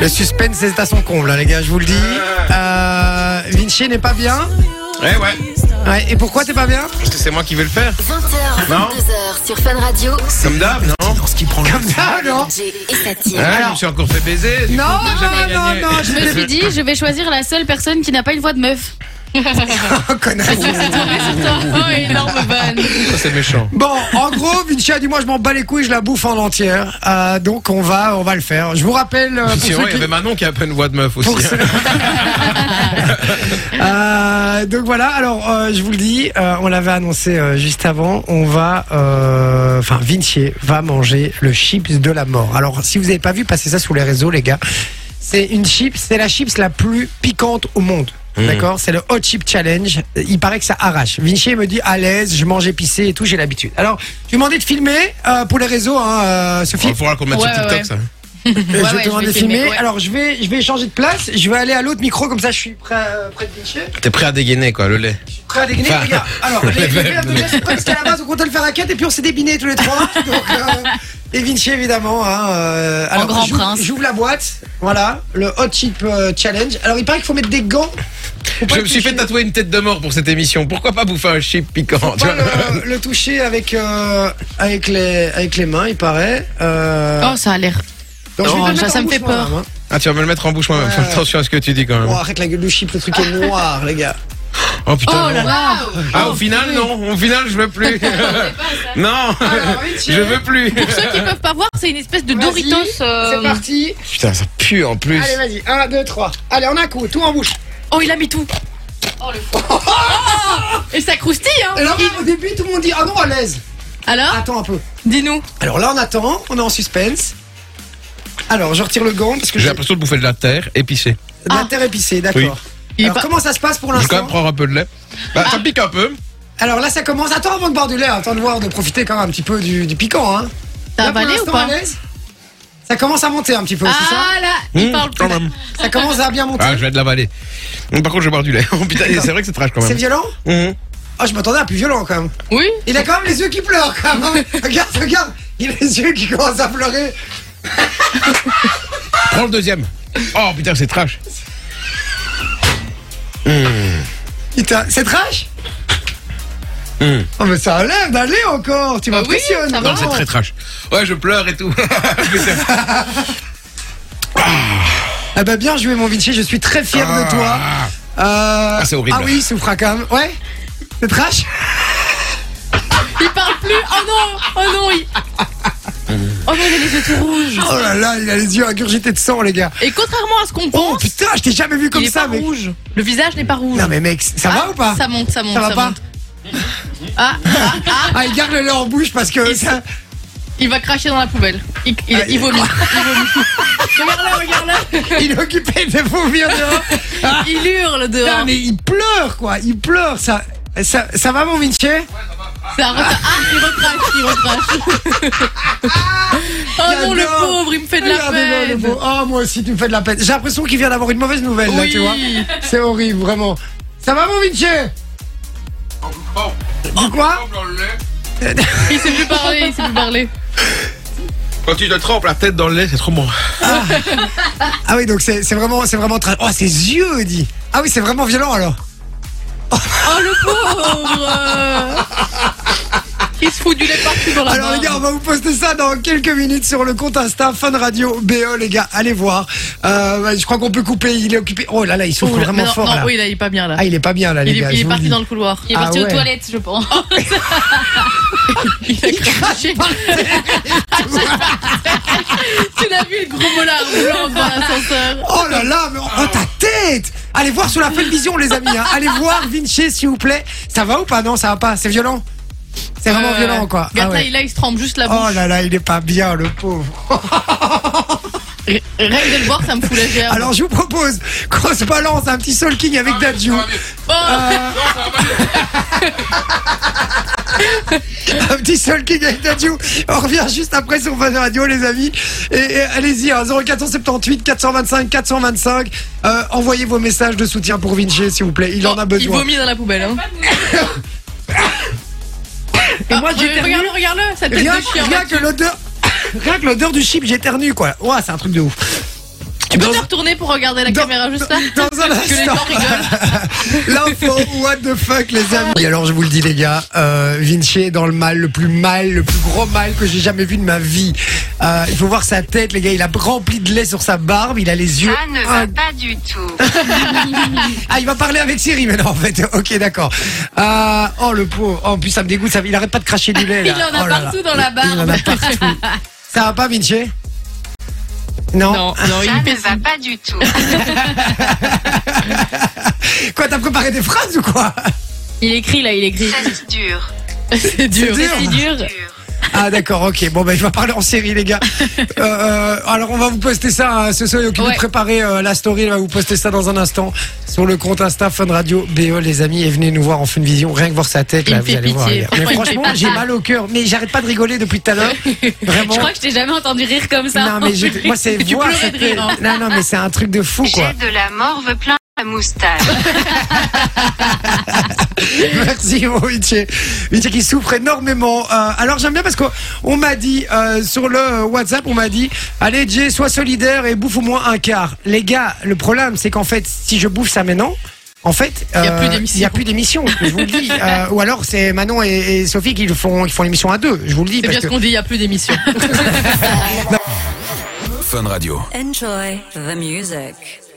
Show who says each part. Speaker 1: Le suspense est à son comble, là, les gars, je vous le dis. Euh, Vinci n'est pas bien.
Speaker 2: Eh ouais,
Speaker 1: Ouais, et pourquoi t'es pas bien
Speaker 2: parce que c'est moi qui vais le faire.
Speaker 3: 20h,
Speaker 2: Non.
Speaker 3: 22h sur Fun Radio.
Speaker 2: Comme d'hab, non
Speaker 4: Dans ce qui prend le
Speaker 1: Comme ça,
Speaker 2: Ah,
Speaker 1: non
Speaker 3: Jay et Satire.
Speaker 2: Hein, Je
Speaker 1: Alors.
Speaker 2: me suis encore fait baiser. du
Speaker 1: Non,
Speaker 2: coup, j'ai jamais
Speaker 1: non,
Speaker 2: gagné.
Speaker 1: non,
Speaker 5: Je me suis dit, je vais choisir la seule personne qui n'a pas une voix de meuf.
Speaker 1: Oh, connard.
Speaker 5: Oh, énorme bonne.
Speaker 2: Ça, Oh, c'est méchant.
Speaker 1: Bon, en gros, Vinci a dit moi je m'en bats les couilles, je la bouffe en entière. Euh, donc on va, on va le faire. Je vous rappelle euh, pour
Speaker 2: C'est
Speaker 1: ceux
Speaker 2: vrai, il y
Speaker 1: qui-
Speaker 2: avait Manon qui a un peu une voix de meuf aussi.
Speaker 1: Pour
Speaker 2: hein.
Speaker 1: ceux- Euh, donc voilà, alors euh, je vous le dis, euh, on l'avait annoncé euh, juste avant, on va, euh, enfin Vinci va manger le chips de la mort. Alors si vous n'avez pas vu passer ça sur les réseaux les gars, c'est une chips, c'est la chips la plus piquante au monde. D'accord C'est le Hot Chip Challenge. Il paraît que ça arrache. Vinci il me dit à l'aise, je mange épicé et tout, j'ai l'habitude. Alors, je lui ai demandé de filmer euh, pour les réseaux, hein, euh, Sophie.
Speaker 2: Il faudra qu'on le mette
Speaker 5: Ouais,
Speaker 2: sur TikTok,
Speaker 5: ouais.
Speaker 2: ça.
Speaker 1: Euh,
Speaker 5: Ouais,
Speaker 1: je
Speaker 5: ouais,
Speaker 1: te demande
Speaker 5: je
Speaker 1: de
Speaker 5: vais
Speaker 1: filmer.
Speaker 5: filmer, ouais.
Speaker 1: Alors, je vais, je vais changer de place. Je vais aller à l'autre micro, comme ça, je suis prêt, euh, près de Vinci.
Speaker 2: T'es prêt à dégainer, quoi, le lait.
Speaker 1: Prêt à dégainer,
Speaker 2: Enfin,
Speaker 1: les gars. Alors, les, les verres de lait sont presque à la base. On comptait le faire à quatre et puis on s'est débinés tous les trois. Donc, euh, et Vinci, évidemment. Hein, euh, alors,
Speaker 5: grand
Speaker 1: j'ouvre-
Speaker 5: prince.
Speaker 1: J'ouvre la boîte. Voilà, le Hot Chip euh, Challenge. Alors, il paraît qu'il faut mettre des gants. Faut pas
Speaker 2: Je
Speaker 1: le
Speaker 2: me suis fait
Speaker 1: toucher-
Speaker 2: tatouer une tête de mort pour cette émission. Pourquoi pas bouffer un chip piquant
Speaker 1: faut
Speaker 2: tu
Speaker 1: pas
Speaker 2: vois
Speaker 1: le, le toucher avec, euh, avec, les, avec les mains, il paraît. Euh,
Speaker 5: Oh, ça a l'air.
Speaker 1: donc, je vais
Speaker 5: oh,
Speaker 1: te le mettre
Speaker 5: ça,
Speaker 1: en
Speaker 5: ça me
Speaker 1: bouche,
Speaker 5: fait
Speaker 1: moi,
Speaker 5: peur.
Speaker 1: madame, hein.
Speaker 2: Ah, tu vas me le mettre en bouche moi-même. Fais
Speaker 1: Ouais.
Speaker 2: attention à ce que tu dis quand
Speaker 1: Oh,
Speaker 2: même.
Speaker 1: arrête la gueule du chip, le truc est noir, les gars.
Speaker 2: Oh putain.
Speaker 5: Oh là
Speaker 2: non.
Speaker 5: là.
Speaker 2: Ah, au final, non. Au final, je veux plus. non.
Speaker 5: Ah,
Speaker 1: Alors, Vinci,
Speaker 2: Je veux plus.
Speaker 5: Pour ceux qui peuvent pas voir, c'est une espèce de
Speaker 1: Vas-y,
Speaker 5: Doritos. euh,
Speaker 1: C'est parti.
Speaker 2: Putain, ça pue en plus.
Speaker 1: Allez, vas-y. 1, 2, 3. Allez, on a un coup, tout en bouche.
Speaker 5: Oh, il a mis tout. Oh, Et ça croustille, hein
Speaker 1: Et Alors, au début, tout le monde dit Ah non, à l'aise.
Speaker 5: Alors,
Speaker 1: Attends un peu.
Speaker 5: dis-nous.
Speaker 1: Alors là, on attend, on est en suspense. Alors, je retire le gant parce que
Speaker 2: J'ai
Speaker 1: j'ai
Speaker 2: l'impression de bouffer de la terre épicée.
Speaker 1: de la terre épicée, d'accord.
Speaker 2: Ah. Oui.
Speaker 5: Il est
Speaker 1: Alors,
Speaker 5: pas-
Speaker 1: comment ça se passe pour
Speaker 2: Je vais quand même
Speaker 1: l'instant
Speaker 2: prendre un peu de lait. Bah, ça pique un peu.
Speaker 1: Alors là, ça commence. Attends avant de boire du lait, hein, attends de voir, de profiter quand même un petit peu du, du piquant. Hein.
Speaker 5: T'as
Speaker 1: Là, pour
Speaker 5: avalé ou
Speaker 1: l'instant,
Speaker 5: pas
Speaker 1: à l'aise Ça commence à monter un petit peu, c'est ça
Speaker 5: Ah là, il
Speaker 1: Hmm,
Speaker 2: Mmh,
Speaker 5: parle
Speaker 2: quand
Speaker 5: plus.
Speaker 2: même.
Speaker 1: Ça commence à bien monter.
Speaker 2: Ah, je vais de l'avaler. Par contre, je vais boire du lait. Oh putain, c'est vrai que c'est trash quand
Speaker 1: C'est
Speaker 2: même.
Speaker 1: violent
Speaker 2: Mhm.
Speaker 1: Ah, je m'attendais à plus violent quand même.
Speaker 5: Oui.
Speaker 1: Il a quand même les yeux qui pleurent quand même. hein. regarde, regarde, il a les yeux qui commencent à pleurer.
Speaker 2: Prends le deuxième. Oh putain, c'est trash.
Speaker 1: Putain, c'est trash
Speaker 2: Hmm.
Speaker 1: Oh mais ça enlève d'aller encore, tu
Speaker 5: Bah
Speaker 1: m'impressionnes.
Speaker 5: oui, ça
Speaker 2: Non,
Speaker 1: vraiment.
Speaker 2: c'est très trash. Ouais, je pleure et tout. Putain.
Speaker 1: Ah bah bien joué mon Vinci, je suis très fier de toi.
Speaker 2: Ah.
Speaker 1: Euh,
Speaker 2: Ah, c'est horrible.
Speaker 1: Ah oui, souffra quand même. Ouais C'est trash
Speaker 5: Il parle plus. Oh non, oh non, il. Oh non, il a les yeux tout rouges.
Speaker 1: Oh là là, il a les yeux ingurgités de sang les gars.
Speaker 5: Et contrairement à ce qu'on
Speaker 1: Oh
Speaker 5: pense,
Speaker 1: putain, je t'ai jamais vu comme
Speaker 5: il est
Speaker 1: ça
Speaker 5: pas
Speaker 1: mec.
Speaker 5: rouge. Le visage n'est pas rouge.
Speaker 1: Non mais mec, ça
Speaker 5: Ah,
Speaker 1: va ou pas
Speaker 5: Ça monte, ça monte,
Speaker 1: Ça
Speaker 5: ça,
Speaker 1: va pas
Speaker 5: monte. Ah, ah, ah,
Speaker 1: Ah, il garde le lait en bouche parce que
Speaker 5: Il-
Speaker 1: ça...
Speaker 5: il va cracher dans la poubelle. Il, il,
Speaker 1: Ah,
Speaker 5: il vomit. Il vomit. regarde-là, regarde-là.
Speaker 1: il est occupé de vomir dehors. Ah.
Speaker 5: Il hurle dehors.
Speaker 1: Non mais il pleure quoi, il pleure ça. Ça, ça va mon Vinci
Speaker 5: Ça retra- Ah, il recrache, il recrache. oh non,
Speaker 1: Ah,
Speaker 5: le
Speaker 1: J'adore.
Speaker 5: pauvre, il me fait de la
Speaker 1: Regardez-le, le
Speaker 5: peine.
Speaker 1: beau. Oh, moi aussi, tu me fais de la peine. J'ai l'impression qu'il vient d'avoir une mauvaise nouvelle, là,
Speaker 5: Oui.
Speaker 1: tu vois. C'est horrible, vraiment. Ça va, mon Vinci Du quoi
Speaker 5: Il sait plus parler, il sait plus parler.
Speaker 2: Quand tu te trempes la tête dans le lait, c'est trop bon.
Speaker 1: Ah oui, donc c'est c'est vraiment, c'est vraiment tra- Oh, ses yeux, dit. Ah oui, c'est vraiment violent, alors.
Speaker 5: Oh le pauvre Il se fout du lait partout dans la
Speaker 1: Alors, les
Speaker 5: barbe.
Speaker 1: gars, on va vous poster ça dans quelques minutes sur le compte Insta Fun Radio BE, les gars. Allez voir. Euh, ouais, je crois qu'on peut couper. Il est occupé. Oh là là, il souffre
Speaker 5: Oh, là-
Speaker 1: vraiment
Speaker 5: mais non,
Speaker 1: fort,
Speaker 5: non,
Speaker 1: là.
Speaker 5: oui, là, il est pas bien là.
Speaker 1: Ah, il est pas bien, là,
Speaker 5: il,
Speaker 1: les
Speaker 5: est,
Speaker 1: gars.
Speaker 5: il est
Speaker 1: je vous le
Speaker 5: parti
Speaker 1: dis.
Speaker 5: dans le couloir.
Speaker 6: Il est
Speaker 1: Ah
Speaker 6: parti
Speaker 1: ouais.
Speaker 6: aux toilettes, je pense.
Speaker 5: Il a craché. tu l'as vu, le gros molar blanc dans l'ascenseur.
Speaker 1: Oh là là, mais oh, ta tête Allez voir sur la Fun Vision, les amis. hein. Allez voir Vinci, s'il vous plaît. Ça va ou pas Non, ça va pas. C'est violent. C'est vraiment
Speaker 5: Euh,
Speaker 1: violent, quoi. Ah
Speaker 5: Regarde là,
Speaker 1: ouais.
Speaker 5: il, là, il se trempe juste la bouche.
Speaker 1: Oh là là, il est pas bien, le pauvre.
Speaker 5: R- Rien que de le voir, ça me fout la gerbe.
Speaker 1: Alors, je vous propose qu'on se balance un petit Soul King avec Dadju.
Speaker 5: Oh,
Speaker 1: ah, Un petit Soul King avec Dadju. On revient juste après sur Fun Radio, les amis. Et, et allez-y, hein, 0478 425 425. Euh, envoyez vos messages de soutien pour Vinci, s'il vous plaît. Il en a
Speaker 5: Oh, Il
Speaker 1: besoin.
Speaker 5: vomit dans la poubelle. Hein.
Speaker 1: Et moi,
Speaker 5: Ah,
Speaker 1: j'éternue.
Speaker 5: regarde-le, regarde-le, sa tête
Speaker 1: Rien,
Speaker 5: de chien.
Speaker 1: rien que l'odeur. Rien que l'odeur du chip, j'éternue quoi. Ouah, c'est un truc de ouf.
Speaker 5: Tu peux
Speaker 1: Dans-
Speaker 5: te retourner pour regarder la
Speaker 1: Dans-
Speaker 5: caméra juste là
Speaker 1: dans un
Speaker 5: Que les gens
Speaker 1: instant.
Speaker 5: rigolent.
Speaker 1: L'info, what the fuck, les amis. Et alors, je vous le dis, les gars, euh, Vinci est dans le mal, le plus mal, le plus gros mal que j'ai jamais vu de ma vie. Euh, il faut voir sa tête, les gars. Il a rempli de lait sur sa barbe, il a les yeux.
Speaker 4: Ça ne va
Speaker 1: in-
Speaker 4: pas du tout.
Speaker 1: Ah, il va parler avec Siri maintenant, en fait. Ok, d'accord. Euh, oh, le pauvre. Oh, en plus, ça me dégoûte. ça- Il arrête pas de cracher du lait,
Speaker 5: Il
Speaker 1: là.
Speaker 5: en a
Speaker 1: Oh là là.
Speaker 5: partout dans la
Speaker 1: Il en
Speaker 5: barbe.
Speaker 1: a partout. Ça va pas, Vinci non.
Speaker 5: Non, non, il
Speaker 4: Ça
Speaker 5: est
Speaker 4: ne va
Speaker 5: paisible.
Speaker 4: pas du tout.
Speaker 1: Quoi, t'as préparé des phrases ou quoi
Speaker 5: Il écrit là, il écrit.
Speaker 4: C'est si dur.
Speaker 5: C'est dur.
Speaker 1: dur.
Speaker 5: C'est si dur.
Speaker 4: dur.
Speaker 1: Ah d'accord, ok. Bon ben il va parler en série les gars. Euh, euh, alors on va vous poster ça hein, ce soir. Il y a aucune
Speaker 5: Ouais.
Speaker 1: préparer euh, la story. On va vous poster ça dans un instant sur le compte Insta Fun Radio BE les amis et venez nous voir en fin vision. Rien que voir sa tête
Speaker 5: Il
Speaker 1: là,
Speaker 5: me
Speaker 1: vous
Speaker 5: fait
Speaker 1: allez voir.
Speaker 5: pitié.
Speaker 1: les gars. Mais
Speaker 5: Franchement, il me fait
Speaker 1: franchement j'ai
Speaker 5: pitié.
Speaker 1: mal au cœur. Mais j'arrête pas de rigoler depuis tout à l'heure. Vraiment.
Speaker 5: Je crois que je t'ai jamais entendu rire comme ça.
Speaker 1: Non mais j'ai- moi c'est
Speaker 5: Tu
Speaker 1: voir.
Speaker 5: pleurais de
Speaker 1: c'était-
Speaker 5: rire, hein.
Speaker 1: Non non mais c'est un truc de fou quoi.
Speaker 4: J'ai de la morve plein la moustache.
Speaker 1: Merci mon Vinci. Vinci qui souffre énormément. Euh, alors j'aime bien parce qu'on on m'a dit euh, sur le euh, WhatsApp, on m'a dit allez Jay, sois solidaire et bouffe au moins un quart. Les gars, le problème c'est qu'en fait, si je bouffe ça maintenant, en fait,
Speaker 5: Il y a
Speaker 1: euh,
Speaker 5: plus d'émission.
Speaker 1: il y a plus d'émission. Je vous le dis. Euh, ou alors c'est Manon et, et Sophie qui le font, qui font l'émission à deux. Je vous le dis.
Speaker 5: C'est
Speaker 1: parce
Speaker 5: bien ce qu'on dit, il n'y a plus d'émission.
Speaker 6: Fun Radio.
Speaker 7: Enjoy the music.